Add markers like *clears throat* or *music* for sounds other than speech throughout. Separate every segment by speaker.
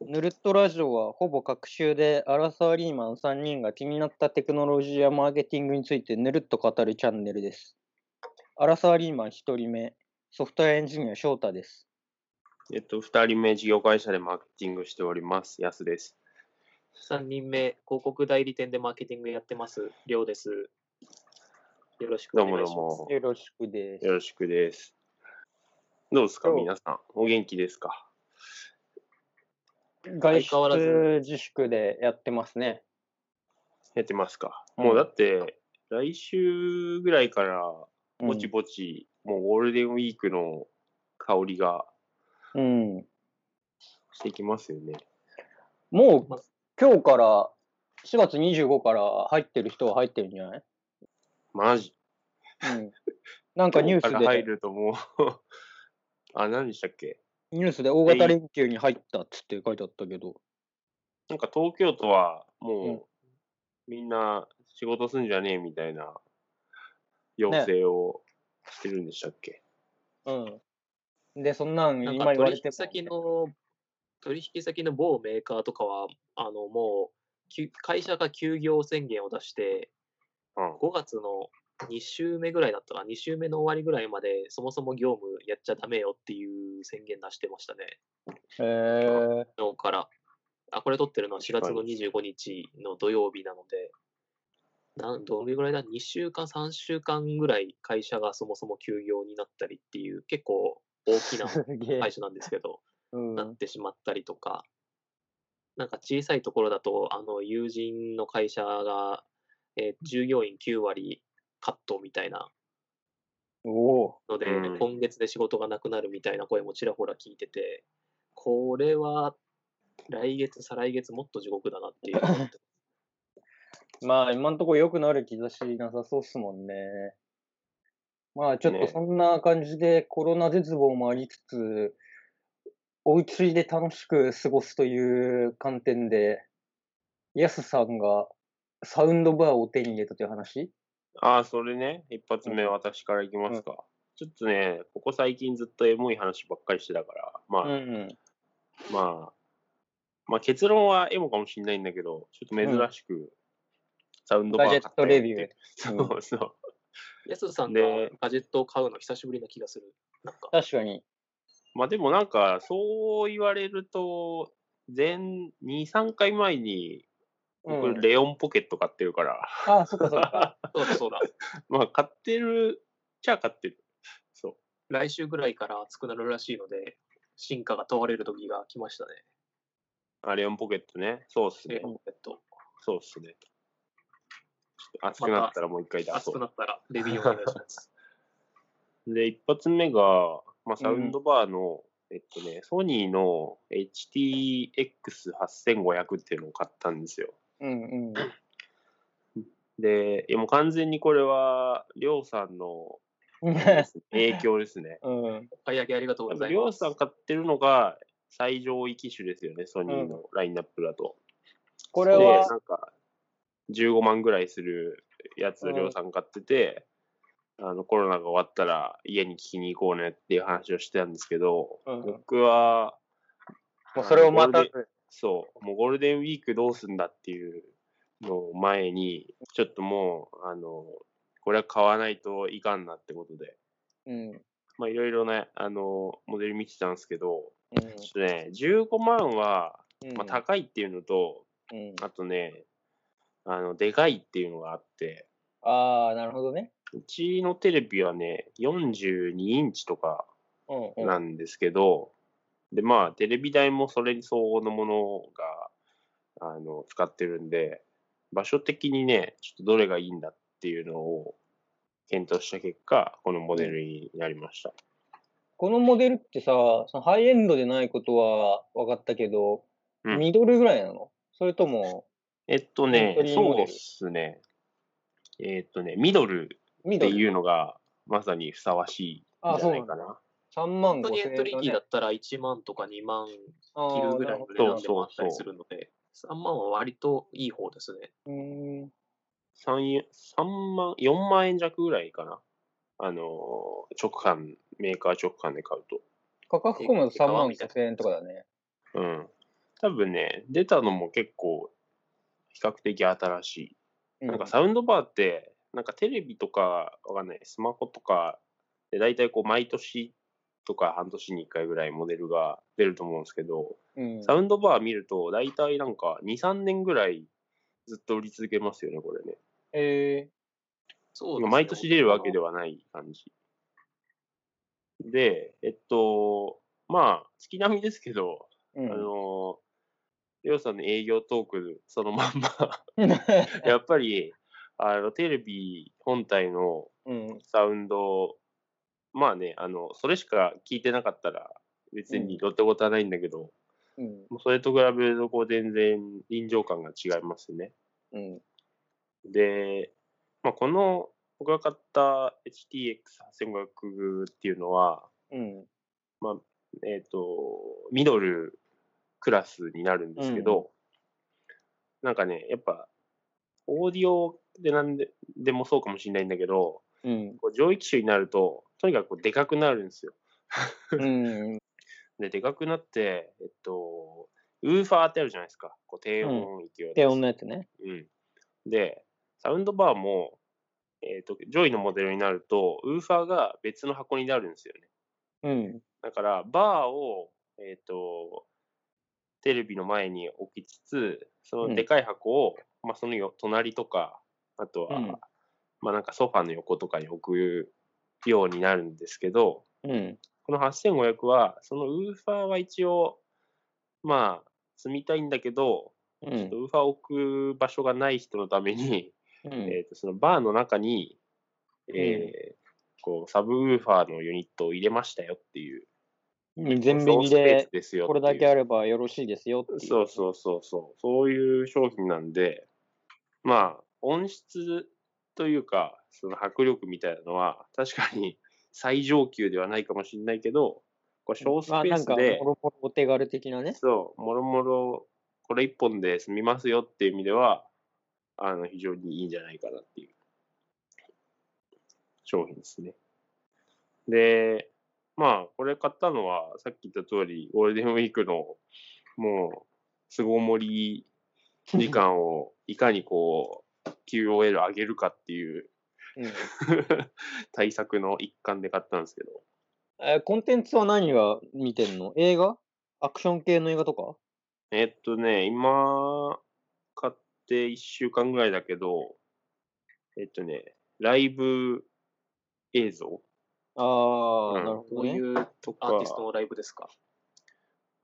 Speaker 1: ぬるっとラジオはほぼ各週でアラサーリーマン3人が気になったテクノロジーやマーケティングについてぬるっと語るチャンネルです。アラサーリーマン1人目、ソフトウェアエンジニア翔太です。
Speaker 2: えっと、2人目、事業会社でマーケティングしております。安です。
Speaker 3: 3人目、広告代理店でマーケティングやってます、りょうです。よろしく
Speaker 2: ど
Speaker 3: お
Speaker 2: うも
Speaker 3: 願
Speaker 2: ど
Speaker 3: いうします。
Speaker 2: も。
Speaker 1: よろしくです。
Speaker 2: よろしくです。どうですか、
Speaker 1: どう
Speaker 2: 皆さん。お元気ですか
Speaker 1: 外
Speaker 3: 相変わらず
Speaker 1: 出自粛でやってますね。
Speaker 2: やってますか、
Speaker 1: うん
Speaker 2: もうだって、来週ぐらいから、ぼちぼち、もうゴールデンウィークの香りが
Speaker 1: うん。
Speaker 2: してきますよね。
Speaker 1: もう
Speaker 3: ま
Speaker 1: 今日から、4月25から入ってる人は入ってるんじゃない
Speaker 2: マジ。
Speaker 1: うん。なんかニュース
Speaker 2: 今日から入
Speaker 1: で、
Speaker 2: るともう、 *laughs* あ、何でしたっけ
Speaker 1: ニュースで大型連休に入ったっつって書いてあったけど。
Speaker 2: なんか東京都は
Speaker 1: うん
Speaker 2: もうみんな仕事すんじゃねえみたいな要請をしてるんでしたっけ、
Speaker 1: うん。で、そんなん
Speaker 3: なん
Speaker 1: 今
Speaker 3: か
Speaker 1: 言われ
Speaker 3: 取
Speaker 1: て
Speaker 3: 引
Speaker 1: も
Speaker 3: 先の、取引先の某メーカーとかは、あの、もう、きゅ会社が休業宣言を出して、
Speaker 2: うん、
Speaker 3: 5月の2週目ぐらいだったら、2週目の終わりぐらいまで、そもそも業務やっちゃダメよっていう宣言出してましたね。
Speaker 1: へえ
Speaker 3: 昨日から。あ、これ撮ってるのは4月
Speaker 2: 確
Speaker 3: の
Speaker 2: かに
Speaker 3: 25日の土曜日なので、なんどれぐらいだ ?2 週間、3週間ぐらい会社がそもそも休業になったりっていう、結構大き
Speaker 1: *laughs*
Speaker 3: な
Speaker 1: すげえ。
Speaker 3: 会社なんですけど、
Speaker 1: うん
Speaker 3: なってしまったりとか、なんか小さいところだと、あの友人の会社が、えー従業員9割カットみたいな
Speaker 1: おお。
Speaker 3: ので、
Speaker 2: うん
Speaker 3: 今月で仕事がなくなるみたいな声もちらほら聞いてて、これは来月、再来月もっと地獄だなっ
Speaker 2: *laughs*
Speaker 3: ていうのを思って。
Speaker 1: まあ、今んとこ良くなる兆しなさそうっすもんね。まあ、ちょっと
Speaker 2: ね
Speaker 1: そんな感じで、コロナ絶望もありつつ、おうちで楽しく過ごすという観点で、ヤスさんがサウンドバーを手に入れたという話
Speaker 2: ああ、それね、一発目私からいきますか、ちょっとね、ここ最近ずっとエモい話ばっかりしてたから、まあ、
Speaker 1: ん。
Speaker 2: まあ、まあ結論はエモかもしんないんだけど、ちょっと珍しく、サウンドバー買った
Speaker 1: ガジェ
Speaker 2: よ
Speaker 1: ットレビュー
Speaker 2: って。 *laughs* そうそう。
Speaker 3: ヤスさんが
Speaker 2: で
Speaker 3: ガジェットを買うの久しぶりな気がする。なん
Speaker 2: *laughs*
Speaker 3: か、
Speaker 1: 確かに。
Speaker 2: まあでもなんか、そう言われると、前2、3回前に、
Speaker 1: う
Speaker 2: 僕、
Speaker 1: ん、
Speaker 2: レオンポケット買ってるから、 *laughs*
Speaker 1: ああ、そっかそっか。
Speaker 3: そうだそうだ、
Speaker 2: まあ買ってるっちゃ買ってる。そ
Speaker 3: 来週ぐらいから暑くなるらしいので、進化が問われる時が来ましたね。
Speaker 2: う。あレオンポケットね。そうっす
Speaker 3: え
Speaker 2: ね
Speaker 3: ー。えっと、
Speaker 2: そうっすね。ちょっと熱くなったらもう一回出
Speaker 3: 暑
Speaker 2: そ
Speaker 3: く
Speaker 2: う。
Speaker 3: なったらレビューお願いします。
Speaker 2: *laughs* で、一発目が、まあサウンドバーの、えっとね、ソニーの HTX8500 っていうのを買ったんですよ。
Speaker 1: うんうん。
Speaker 2: で、いやもう完全にこれは、りょうさんの
Speaker 3: *laughs*
Speaker 2: *laughs* 影響ですね。
Speaker 1: *laughs* うん。
Speaker 3: お買い上げありがとうござい
Speaker 2: りょ
Speaker 3: ま
Speaker 2: う
Speaker 3: す
Speaker 2: さ。ん買ってるのが最上位機種ですよね、ソニーのラインナップだと。
Speaker 1: これ
Speaker 2: で、
Speaker 1: は、
Speaker 2: なんか、15万ぐらいするやつ
Speaker 1: う
Speaker 2: を
Speaker 1: ん
Speaker 2: りょうさん買ってて、あのコロナが終わったら家に聞きに行こうねっていう話をしてたんですけど、
Speaker 1: うん
Speaker 2: 僕は、
Speaker 1: もうそれをまた
Speaker 2: ゴールデンそう、もうゴールデンウィークどうすんだっていうのを前に、ちょっともう、あの、これは買わないといかんなってことで、
Speaker 1: うん。うん。
Speaker 2: まあいろいろね、あの、モデル見てたんですけど、ちょっとね、15万は、まあ、高いっていうのと、
Speaker 1: うん、
Speaker 2: あとね、あの、でかいっていうのがあって、
Speaker 1: ああ、なるほどね。
Speaker 2: うちのテレビはね、42インチとか
Speaker 1: うん、うん。
Speaker 2: なんですけど、で、まあ、テレビ台もそれに相応のものが、あの、使ってるんで、場所的にね、ちょっとどれがいいんだっていうのを検討した結果、このモデルになりました。
Speaker 1: このモデルってさ、そのハイエンドでないことは分かったけど、
Speaker 2: うん
Speaker 1: ミドルぐらいなのそれとも、
Speaker 2: えっと
Speaker 1: エン
Speaker 2: ね
Speaker 1: トリ、ーモ
Speaker 2: そう
Speaker 1: デル
Speaker 2: ですね。えっとね、ミドル
Speaker 1: ミ
Speaker 2: っ
Speaker 1: ド
Speaker 2: て
Speaker 1: ル
Speaker 2: いうのがまさにふさわしいんじ
Speaker 1: あ
Speaker 2: ゃない
Speaker 1: そうな
Speaker 2: か
Speaker 1: ん
Speaker 2: な。
Speaker 1: ?3 万5
Speaker 3: 本当にエ
Speaker 1: 千
Speaker 3: ントリーキー
Speaker 1: 円
Speaker 3: だったら1万とか2万
Speaker 1: あ
Speaker 3: 切
Speaker 1: ー
Speaker 3: るぐらいの値段でもあったりするので、3万は割といい方ですね。
Speaker 1: うーん
Speaker 2: 3、3万、4万円弱ぐらいかな。あのー、直販、メーカー直販で買うと。
Speaker 1: 価格込むと3万
Speaker 3: 定
Speaker 1: 5
Speaker 3: 価
Speaker 1: 千円とかだね。
Speaker 2: うん。多分ね、出たのも結構、比較的新しい。
Speaker 1: う
Speaker 2: なんかサウンドバーって、なんかテレビとか、わかんない、スマホとか、で大体こう毎年とか半年に1回ぐらいモデルが出ると思うんですけど、
Speaker 1: うん
Speaker 2: サウンドバー見ると、大体なんか2、3年ぐらいずっと売り続けますよね、これね。
Speaker 1: え
Speaker 3: そうですね
Speaker 2: 毎年出るわけで
Speaker 3: は。
Speaker 2: はない感じ。で、えっと、まあ、月並みですけど、
Speaker 1: ーうん
Speaker 2: あの、りょうさんの営業トークそのまんま、
Speaker 1: *laughs* う
Speaker 2: やっぱり、あの、テレビ本体の
Speaker 1: ん、
Speaker 2: サウンド、まあね、あの、それしか聞いてなかったら、別にどうってことはないんだけど、
Speaker 1: うん、
Speaker 2: もうそれと比べると、こう、全然臨場感が違いますね。
Speaker 1: うん、
Speaker 2: で、まあ、この、僕が買った HTX8500 っていうのは、
Speaker 1: うん、
Speaker 2: えっ、と、ミドルクラスになるんですけど、なんかね、やっぱ、オーディオでなんででもそうかもしれないんだけど、
Speaker 1: うん、
Speaker 2: こう上位機種になると、とにかくこうでかくなるんですよ。
Speaker 1: うん、
Speaker 2: で、でかくなって、えっと、ウーファーってあるじゃないですか。こう低音域を、
Speaker 1: 低音のやつね。
Speaker 2: うん。で、サウンドバーも、えっと、上位のモデルになると、ウーファーが別の箱になるんですよね。
Speaker 1: うん、
Speaker 2: だから、バーを、えっ、と、テレビの前に置きつつ、そのでかい箱を、まあ、そのよ隣とか、あとは、
Speaker 1: うん
Speaker 2: まあ、なんかソファの横とかに置くようになるんですけど、
Speaker 1: うん、
Speaker 2: この8500は、そのウーファーは一応、まあ、積みたいんだけど、
Speaker 1: う
Speaker 2: ちょっ
Speaker 1: ん
Speaker 2: と、ウーファーを置く場所がない人のために、
Speaker 1: うん
Speaker 2: えっ、と、そのバーの中に、えーこう、サブウーファーのユニットを入れましたよっていう
Speaker 1: 全便利
Speaker 2: ゾーンスペー
Speaker 1: で
Speaker 2: ス、ですよ
Speaker 1: これだけあればよろしいですよっていう。
Speaker 2: そうそうそうそう。そういう商品なんで、まあ、音質というか、その迫力みたいなのは、確かに最上級ではないかもしれないけど、こう小スペ
Speaker 1: まあ、
Speaker 2: ー
Speaker 1: なん
Speaker 2: ス
Speaker 1: か、
Speaker 2: で、
Speaker 1: もろもろお手軽的なね。
Speaker 2: そう、もろもろ、これ一本で済みますよっていう意味では、あの、非常にいいんじゃないかなっていう商品ですね。で、まあ、これ買ったのは、さっき言った通り、ゴールデンウィークの、もう、巣ごもり時間を、いかにこう、QOL 上げるかっていう *laughs*
Speaker 1: うん
Speaker 2: 対策の一環で買ったんですけど、
Speaker 1: えーコンテンツは何が見てんの映画アクション系の映画とか
Speaker 2: えっとね、今、買って1週間ぐらいだけど、えっとね、ライブ映像
Speaker 1: ああ、
Speaker 2: うん
Speaker 1: なるほ
Speaker 3: ど
Speaker 1: ど
Speaker 3: うい
Speaker 1: ね。
Speaker 3: う
Speaker 2: とか
Speaker 3: アーティストのライブですか。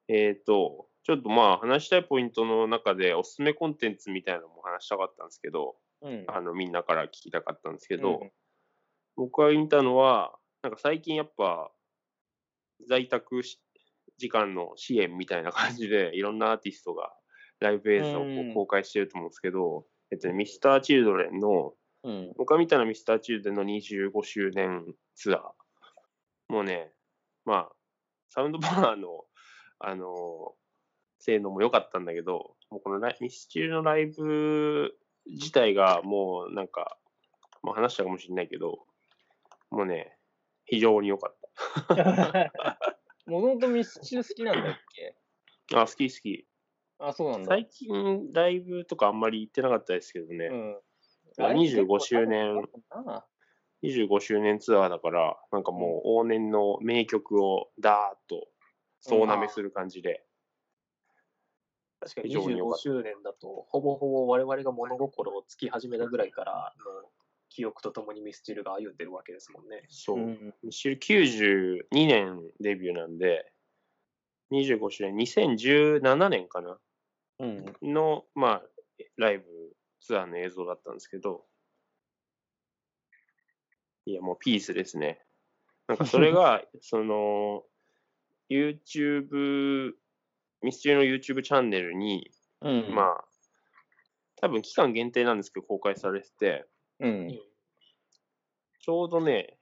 Speaker 2: えっと、ちょっとまあ話したいポイントの中でおすすめコンテンツみたいなのも話したかったんですけど、
Speaker 1: うん
Speaker 2: あのみんなから聞きたかったんですけど、
Speaker 1: うん
Speaker 2: 僕が見たのは、なんか最近やっぱ在宅し時間の支援みたいな感じでいろんなアーティストがライブ映像をこ
Speaker 1: う
Speaker 2: うん公開してると思うんですけど、えっとね、ミスターチルドレンの
Speaker 1: うん。
Speaker 2: 僕が見たのはミスターチルデンの25周年ツアー。もうね、まあ、サウンドバーの、あの性能も良かったんだけど、もうこのライミスチルのライブ自体がもうなんか、もう話したかもしれないけど、もうね、非常に良かっ
Speaker 1: *laughs* もともとミスチル好きなんだっけ
Speaker 2: た。あ、好き好き。
Speaker 1: あ、そうなんだ。
Speaker 2: 最近ライブとかあんまり行ってなかったですけどね、
Speaker 1: うん、
Speaker 2: あ25周年。25周年ツアーだから、なんかもう往年の名曲をだーっと総なめする感じで、
Speaker 3: 確か
Speaker 2: 非
Speaker 3: に
Speaker 2: 常に良かっ
Speaker 3: 25
Speaker 2: た
Speaker 3: 周年だと、ほぼほぼ我々が物心をつき始めたぐらいからの記憶とともにミスチルが歩んでるわけですもんね。
Speaker 2: そうう、
Speaker 1: ん。
Speaker 2: ミシル92年デビューなんで、25周年、2017年かな
Speaker 1: うん。
Speaker 2: の、まあ、ライブツアーの映像だったんですけど、いや、もうピースですね。なんかそれが、その、YouTube、ミスチルの YouTube チャンネルに、
Speaker 1: うん。あ。
Speaker 2: まあ、多分期間限定なんですけど、公開されてて、
Speaker 1: うん。
Speaker 2: ちょうどね、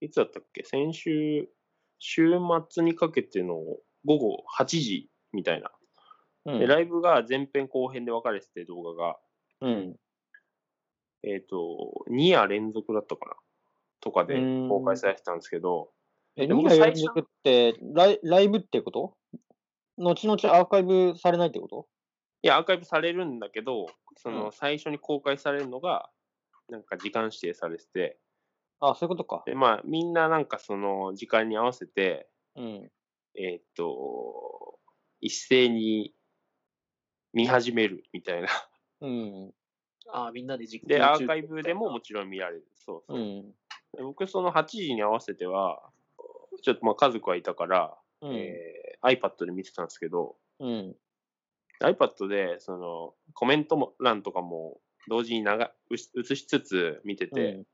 Speaker 2: いつだったっけ、先週、週末にかけての午後8時みたい
Speaker 1: う
Speaker 2: な。
Speaker 1: ん
Speaker 2: で、ライブが前編後編で分かれてて動画が、
Speaker 1: うん。
Speaker 2: えっ、と、2夜連続だったかなとかで公開されてたんですけど、
Speaker 1: え、
Speaker 2: でも
Speaker 1: 2回連
Speaker 2: 最初
Speaker 1: 続ってライ、ライブってこと後々アーカイブされないってこと
Speaker 2: いや、アーカイブされるんだけど、そうの最初に公開されるのが、なんか時間指定されてて、
Speaker 1: あ、そういうことか。
Speaker 2: で、まあ、みんななんかその時間に合わせて、
Speaker 1: うん。
Speaker 2: えーっと、一斉に見始める
Speaker 1: *laughs*
Speaker 2: みたいな。
Speaker 1: うん。
Speaker 3: ああ、みんなで実
Speaker 2: で、
Speaker 3: 験
Speaker 2: ア
Speaker 3: 中
Speaker 2: ーカイブでももちろん見られる。そうそうう。
Speaker 1: ん。
Speaker 2: で僕、その8時に合わせては、ちょっとまあ家族はいたから、
Speaker 1: うん。
Speaker 2: えー iPad で見てたんですけど、
Speaker 1: うん。
Speaker 2: iPad でそのコメントも欄とかも同時に流うし映しつつ見てて、
Speaker 1: うん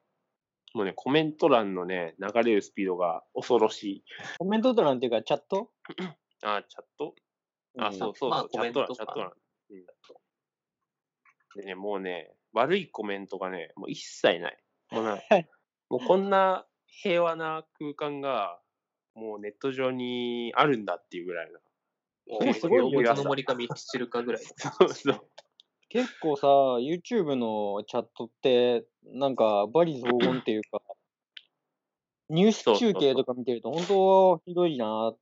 Speaker 2: もうね、コメント欄のね、流れるスピードが恐ろしい。
Speaker 1: コメントとなんていうか、チャット
Speaker 2: あ、チャットあ、
Speaker 1: ん
Speaker 2: そうそうそう、
Speaker 3: まあ
Speaker 2: チャット欄、
Speaker 3: コメント
Speaker 2: チャ
Speaker 3: か
Speaker 2: ット欄。うんでね、もうね、悪いコメントがね、もう一切ない。もうなもうこんな平和な空間が、もうネット上にあるんだっていうぐらいな。 *laughs*
Speaker 3: もう
Speaker 1: すごいよ
Speaker 3: いつの森かミスチルかぐ *laughs* らい。
Speaker 2: そうそう。
Speaker 1: 結構さ、YouTube のチャットって、なんか、バリ雑言っていうか、ニュース
Speaker 2: そうそう
Speaker 1: 中継とか見てると、本当ひどいなっ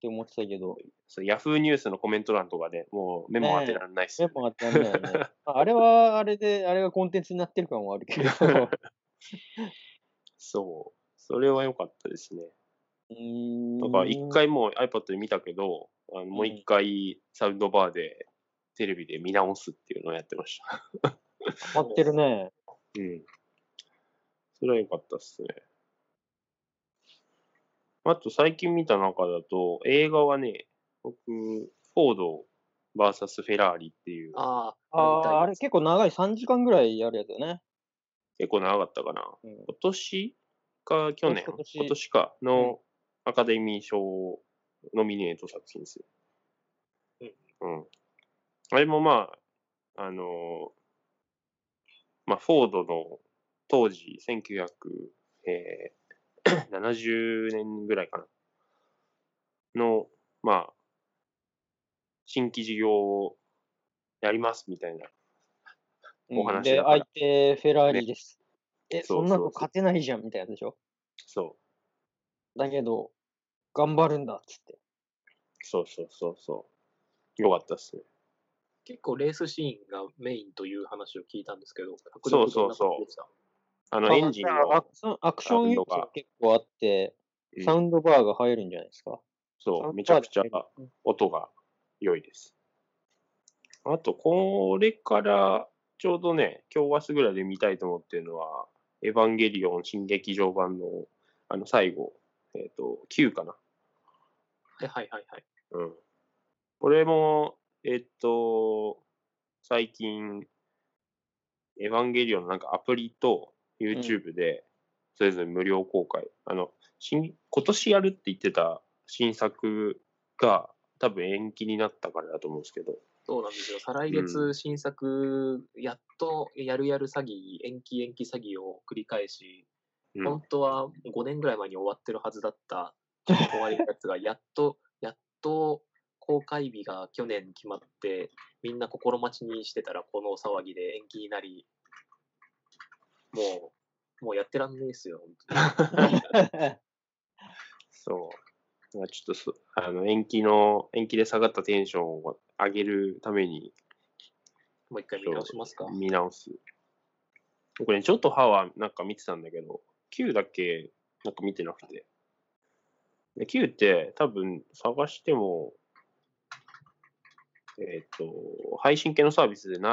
Speaker 1: て思ってたけど、
Speaker 2: そうヤフーニュースのコメント欄とかで、もう目も当てられないっす
Speaker 1: や
Speaker 2: よ
Speaker 1: っぱあったんだよ
Speaker 2: *laughs*
Speaker 1: ね。まああれは、あれで、あれがコンテンツになってる感はあるけ
Speaker 2: *laughs*
Speaker 1: ど、う
Speaker 2: そう。それは良かったですね。
Speaker 1: ーん
Speaker 2: だから一、回もう iPad で見たけど、あのもう一回サウンドバーでテレビで見直すっていうのをやってました。
Speaker 1: ハマってるね。
Speaker 2: うん。それは良かったっすね。あと最近見た中だと、映画はね、僕、フォード VS フェラーリっていう、
Speaker 3: ああ、
Speaker 1: ああー、あれ
Speaker 3: れ見たい
Speaker 1: 結構長い、3時間ぐらいやるやつだよね。
Speaker 2: 結構長かったかな。
Speaker 1: うん
Speaker 2: 今年か去年
Speaker 1: 今年
Speaker 2: 今年かのアカデミー賞ノミネート作品ですよ。うん。あれもまあ、あのーまあ、フォードの当時、1970 *coughs* 年ぐらいかな、の、まあ、新規事業をやりますみたいな。お話
Speaker 1: で、
Speaker 2: だから
Speaker 1: 相手、フェラーリです。え、
Speaker 2: そう
Speaker 1: そんな
Speaker 2: そう
Speaker 1: の
Speaker 2: そう
Speaker 1: 勝てないじゃんみたいなやつでしょ。
Speaker 2: そう。
Speaker 1: だけど、頑張るんだっつって。
Speaker 2: そうそうそうそう。よかったっすね。
Speaker 3: 結構レースシーンがメインという話を聞いたんですけど、
Speaker 2: そうそうそうあの、
Speaker 1: あ
Speaker 2: エンジン
Speaker 1: ア
Speaker 2: の
Speaker 1: ク、ションアクション要素が結構あって、
Speaker 2: うん
Speaker 1: サウンドバーが入るんじゃないですか。 *laughs*
Speaker 2: そう、めちゃくち
Speaker 1: サウ
Speaker 2: ゃ
Speaker 1: ンドバーで
Speaker 2: 音が良いです。あと、これから、ちょうどね、今日明日ぐらいで見たいと思ってるのは、エヴァンゲリオン新劇場版の、あの、最後、えっ、と、9かな。
Speaker 3: はいはいはいはい。
Speaker 2: うん。これも、えっ、と、最近、エヴァンゲリオンのなんかアプリと YouTube で、それぞれ無料公開。あの、新、今年やるって言ってた新作が、多分延期になったからだと思うんですけど、
Speaker 3: そうなんですよ。再来月新作、やっとやるやる詐欺、延期延期詐欺を繰り返し、
Speaker 2: うん
Speaker 3: 本当は5年ぐらい前に終わってるはずだ
Speaker 2: *laughs*
Speaker 3: った終わりのやつが、やっと、やっと公開日が去年決まって、みんな心待ちにしてたら、この騒ぎで延期になり、もう、もうやってらんねえですよ、本当に
Speaker 2: そう。だからちょっとそあの延期の、延期で下がったテンションを上げるために
Speaker 3: もう一回見直しますか。
Speaker 2: 見直す。僕ね、ちょっと歯はなんか見てたんだけど、Q だけなんか見てなくて。で Q って多分探しても、えっ、と、配信系のサービスでな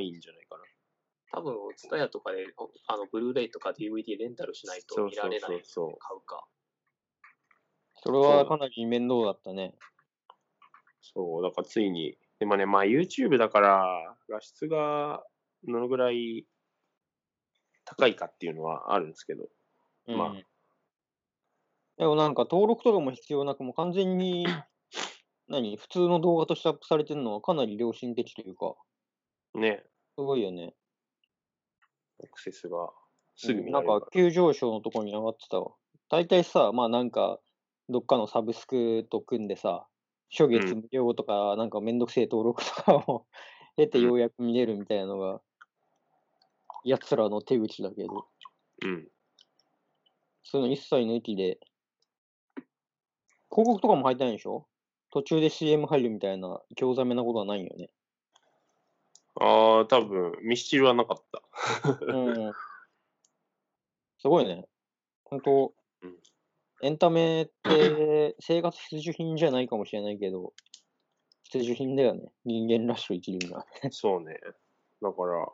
Speaker 2: いんじゃないかな。
Speaker 3: 多分、ツタヤとかで、あの、ブルーレイとか DVD レンタルしないと見られない
Speaker 2: そうそうそうそう
Speaker 3: 買うか。
Speaker 1: それはかなり面倒だったね。
Speaker 2: そう、だからついに、でもね、まあ YouTube だから画質がどのぐらい高いかっていうのはあるんですけど、
Speaker 1: うん
Speaker 2: まあ
Speaker 1: でもなんか登録とかも必要なく、もう完全に、何、普通の動画としてアップされてるのはかなり良心的というか、
Speaker 2: ね、
Speaker 1: すごいよね。
Speaker 2: アクセスがすぐ見
Speaker 1: な
Speaker 2: ら
Speaker 1: ん
Speaker 2: れる
Speaker 1: か急上昇のとこに上がってたわ。大体さ、まあなんか、どっかのサブスクと組んでさ、初月
Speaker 2: うん
Speaker 1: 無料とか、なんかめんどくせえ登録とかを *laughs* 経て
Speaker 2: うん
Speaker 1: ようやく見れるみたいなのが、奴らの手口だけど、
Speaker 2: うん。
Speaker 1: そういうの一切抜きで、広告とかも入ってないでしょ途中で CM 入るみたいな、興ざめなことはないよね。
Speaker 2: ああ、多分、ミスチルはなかった。
Speaker 1: うん。すごいね。本当
Speaker 2: うん
Speaker 1: エンタメって生活必需品じゃないかもしれないけど、必需品だよね。人間らしく生きるには。
Speaker 2: そうね。だから、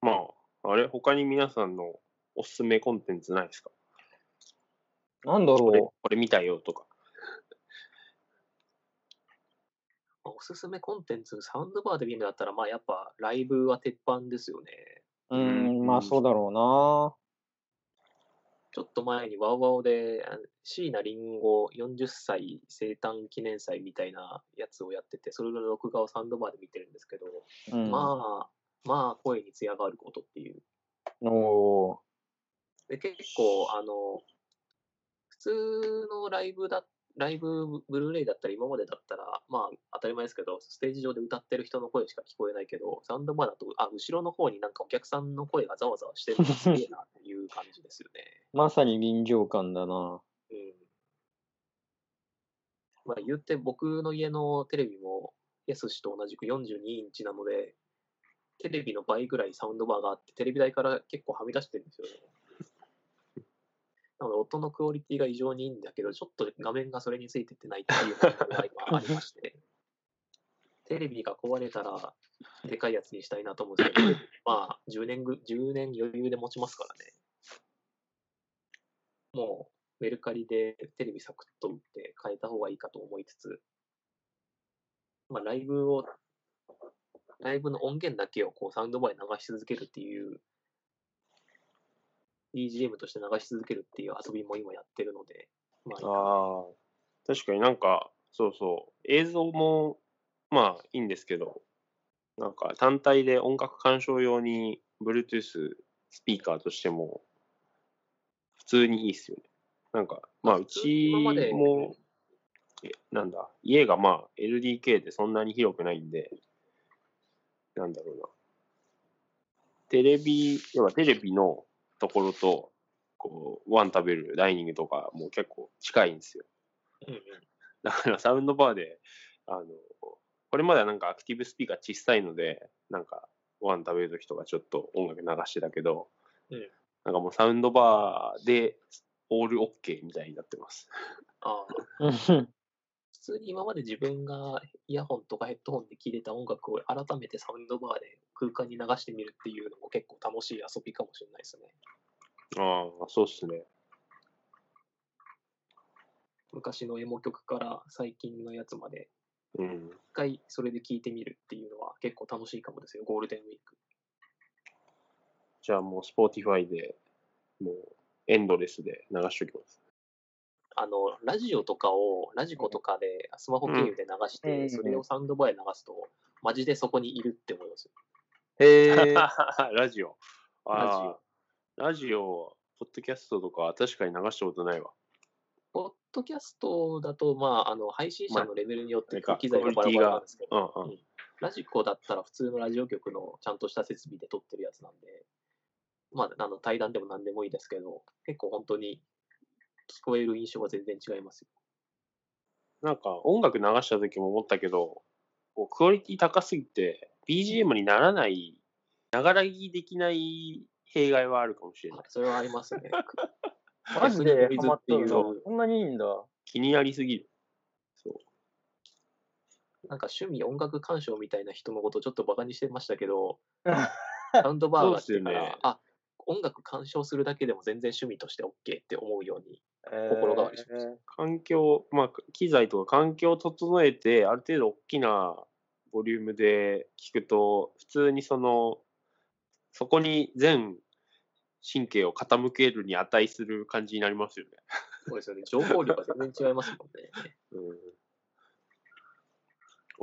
Speaker 2: まあ、あれ、他に皆さんのおすすめコンテンツないですか
Speaker 1: なんだ
Speaker 2: これ
Speaker 1: ろ
Speaker 2: これ見たよとか。
Speaker 3: まあおすすめコンテンツ、サウンドバーで見るんだったら、まあやっぱライブは鉄板ですよね。
Speaker 1: う。う
Speaker 2: うん
Speaker 1: ん、まあそうだろ
Speaker 3: ちょっと前にワウワウで、あの椎名林檎40歳生誕記念祭みたいなやつをやってて、それの録画をサウンドバーで見てるんですけど、
Speaker 1: うな。うん、
Speaker 3: まあ、まあ声に艶があることっていう。
Speaker 1: おー
Speaker 3: で結構、あの、普通のライブだ、ライブ、ブルーレイだったり、今までだったら、まあ、当たり前ですけど、ステージ上で歌ってる人の声しか聞こえないけど、サウンドバーだと、あ、後ろの方になんかお客さんの声がざわざわしてるのがすげえなっていう感じですよね。
Speaker 1: まさに臨場感だな。
Speaker 3: うん。まあ、言って僕の家のテレビも、やすしと同じく42インチなので、テレビの倍ぐらいサウンドバーがあって、テレビ台から結構はみ出してるんですよね。なので、音のクオリティが異常にいいんだけど、ちょっと画面がそれについてってないっていう問題が今ありまして、テレビが壊れたら、でかいやつにしたいなと思うんですけど、まあ、10年ぐ、10年余裕で持ちますからね。もう、メルカリでテレビサクッと売って変えた方がいいかと思いつつ、まあ、ライブを、ライブの音源だけをこうサウンドバーに流し続けるっていう、BGM として流し続けるっていう遊びも今やってるので、まあ、
Speaker 2: ああ、確かになんか、そうそう、映像も、まあいいんですけど、なんか単体で音楽鑑賞用に Bluetooth スピーカーとしても、普通にいいっすよね。なんか、まあう
Speaker 3: 普通
Speaker 2: ち
Speaker 3: 今まで
Speaker 2: も、えなんだ、家がまあ LDK でそんなに広くないんで、なんだろうな。テレビ、要はテレビのところと、こう、ご飯食べるダイニングとかも結構近いんですよ。
Speaker 3: うんうん
Speaker 2: だからサウンドバーで、あの、これまではなんかアクティブスピーカー小さいので、なんかご飯食べるときとかちょっと音楽流してたけど、
Speaker 3: うん
Speaker 2: なんかもうサウンドバーでオールオッケーみたいになってます。
Speaker 3: あー
Speaker 1: うん
Speaker 3: 普通に今まで自分がイヤホンとかヘッドホンで聴いてた音楽を改めてサウンドバーで空間に流してみるっていうのも結構楽しい遊びかもしれないですね。
Speaker 2: ああ、そうっすね。
Speaker 3: 昔のエモ曲から最近のやつまで、
Speaker 2: うん。
Speaker 3: 一回それで聴いてみるっていうのは結構楽しいかもですよ、ゴールデンウィーク。
Speaker 2: じゃあもう Spotify で、もうエンドレスで流しておきます。
Speaker 3: あの、ラジオとかを、ラジコとかで、スマホ経由で流して、
Speaker 1: うん
Speaker 3: それをサウンドバーで流すと、マジでそこにいるって思いますよ。
Speaker 1: へえ。
Speaker 2: *laughs* ラジオ。
Speaker 3: ラジ
Speaker 2: ああラジオ、ポッドキャストとか確かに流したことないわ。
Speaker 3: ポッドキャストだと、まあ、あの、配信者のレベルによっ
Speaker 2: まあ
Speaker 3: て機材がバラバラなんですけど、
Speaker 2: うんうん。
Speaker 3: ラジコだったら普通のラジオ局のちゃんとした設備で撮ってるやつなんで、まあ、あの対談でも何でもいいですけど、結構本当に聞こえる印象が全然違いますよ。
Speaker 2: なんか音楽流した時も思ったけど、こうクオリティ高すぎて BGM にならない、ながら聞きできない弊害はあるかもしれない
Speaker 3: はい。それはあります *laughs* ね。
Speaker 1: *laughs* マジでハマってる
Speaker 3: 逆にノイズ
Speaker 1: の
Speaker 3: っていう
Speaker 1: そんなにいいんだ。
Speaker 2: 気になりすぎる。そ
Speaker 3: なんか趣味音楽鑑賞みたいな人のことをちょっとバカにしてましたけど、サウンドバーが
Speaker 2: そう
Speaker 3: あってから、
Speaker 2: っすよね
Speaker 3: あ、音楽鑑賞するだけでも全然趣味として OK って思うように、心変わりしまし
Speaker 1: えー
Speaker 2: う。環境、まあ、機材とか環境を整えて、ある程度大きなボリュームで聞くと、普通にその、そこに全神経を傾けるに値する感じになりますよね。
Speaker 3: そうですよね。情報量が全然違いますもんね。
Speaker 2: うん、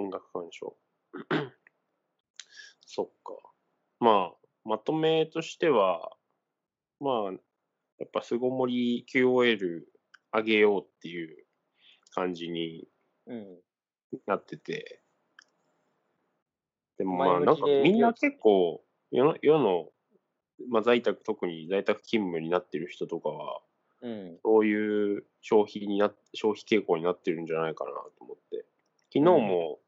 Speaker 2: 音楽鑑賞。 *clears throat* そっか。まあ、まとめとしては、まあ、やっぱ巣ごもり QOL 上げようっていう感じに
Speaker 1: うん。
Speaker 2: なってて、でもま
Speaker 1: 前
Speaker 2: あ、
Speaker 1: 向き
Speaker 2: なんか
Speaker 1: で
Speaker 2: みんな結構、世の世の、まあ、在宅、特に在宅勤務になってる人とかは、
Speaker 1: うん。
Speaker 2: そういう消費にな、消費傾向になってるんじゃないかなと思って。昨日も、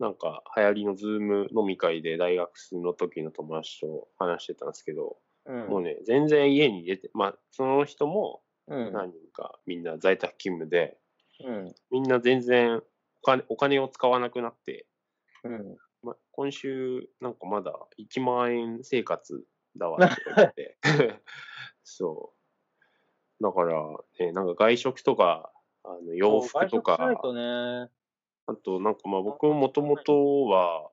Speaker 2: なんか、流行りのズーム飲み会で大学生の時の友達と話してたんですけど、
Speaker 1: うん。
Speaker 2: もうね、全然家に出て、まあ、その人も
Speaker 1: うん。
Speaker 2: 何人かみんな在宅勤務で、
Speaker 1: うん。
Speaker 2: みんな全然お金お金を使わなくなって、
Speaker 1: うん。
Speaker 2: ま、今週なんかまだ1万円生活だわって
Speaker 1: *laughs*
Speaker 2: 言って。そう。だから、ね、なんか外食とか、あの洋服とか、
Speaker 1: そう外食するとね。
Speaker 2: あとなんかまあ僕もともとは、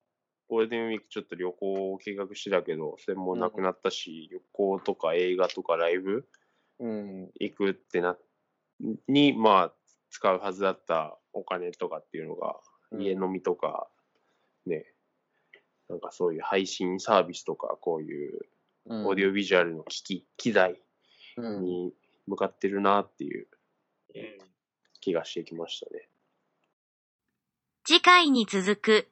Speaker 2: ゴールデンウィークちょっと旅行を計画してたけど、それもなくなったし、旅行とか映画とかライブ
Speaker 1: うん。
Speaker 2: 行くってな、に、まあ、使うはずだったお金とかっていうのが、家飲みとか、ね、なんかそういう配信サービスとか、こういう
Speaker 1: うん、
Speaker 2: オーディオビジュアルの機器、機材
Speaker 1: うん。
Speaker 2: に向かってるなっていう
Speaker 3: うん
Speaker 2: 気がしてきましたね。
Speaker 4: 次回に続く。